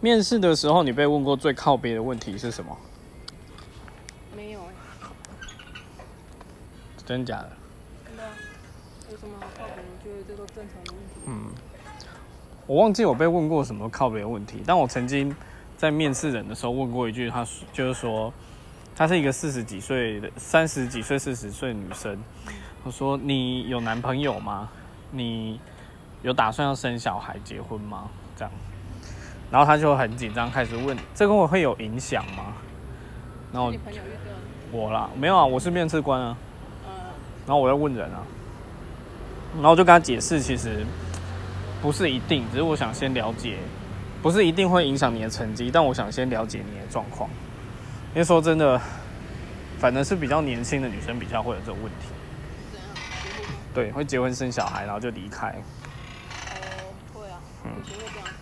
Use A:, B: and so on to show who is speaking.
A: 面试的时候，你被问过最靠别的问题是什么？
B: 没有哎、
A: 真假的？
B: 真的啊，有什么好靠谱？我觉得这都正常的问题。
A: 我忘记我被问过什么靠别的问题，但我曾经在面试人的时候问过一句，他说就是说，她是一个四十几岁的三十几岁四十岁的女生，我说你有男朋友吗？你有打算要生小孩结婚吗？这样，然后她就很紧张，开始问这跟我会有影响吗？然后
B: 你朋友遇到，
A: 我啦，没有啊，我是面试官啊。
B: 呃，
A: 然后我在问人啊，然后我就跟他解释，其实不是一定，只是我想先了解，不是一定会影响你的成绩，但我想先了解你的状况。因为说真的，反正是比较年轻的女生比较会有这种问题，
B: 怎样？结婚吗？
A: 对，会结婚生小孩，然后就离开。
B: 呃哦，会啊，以前会这样。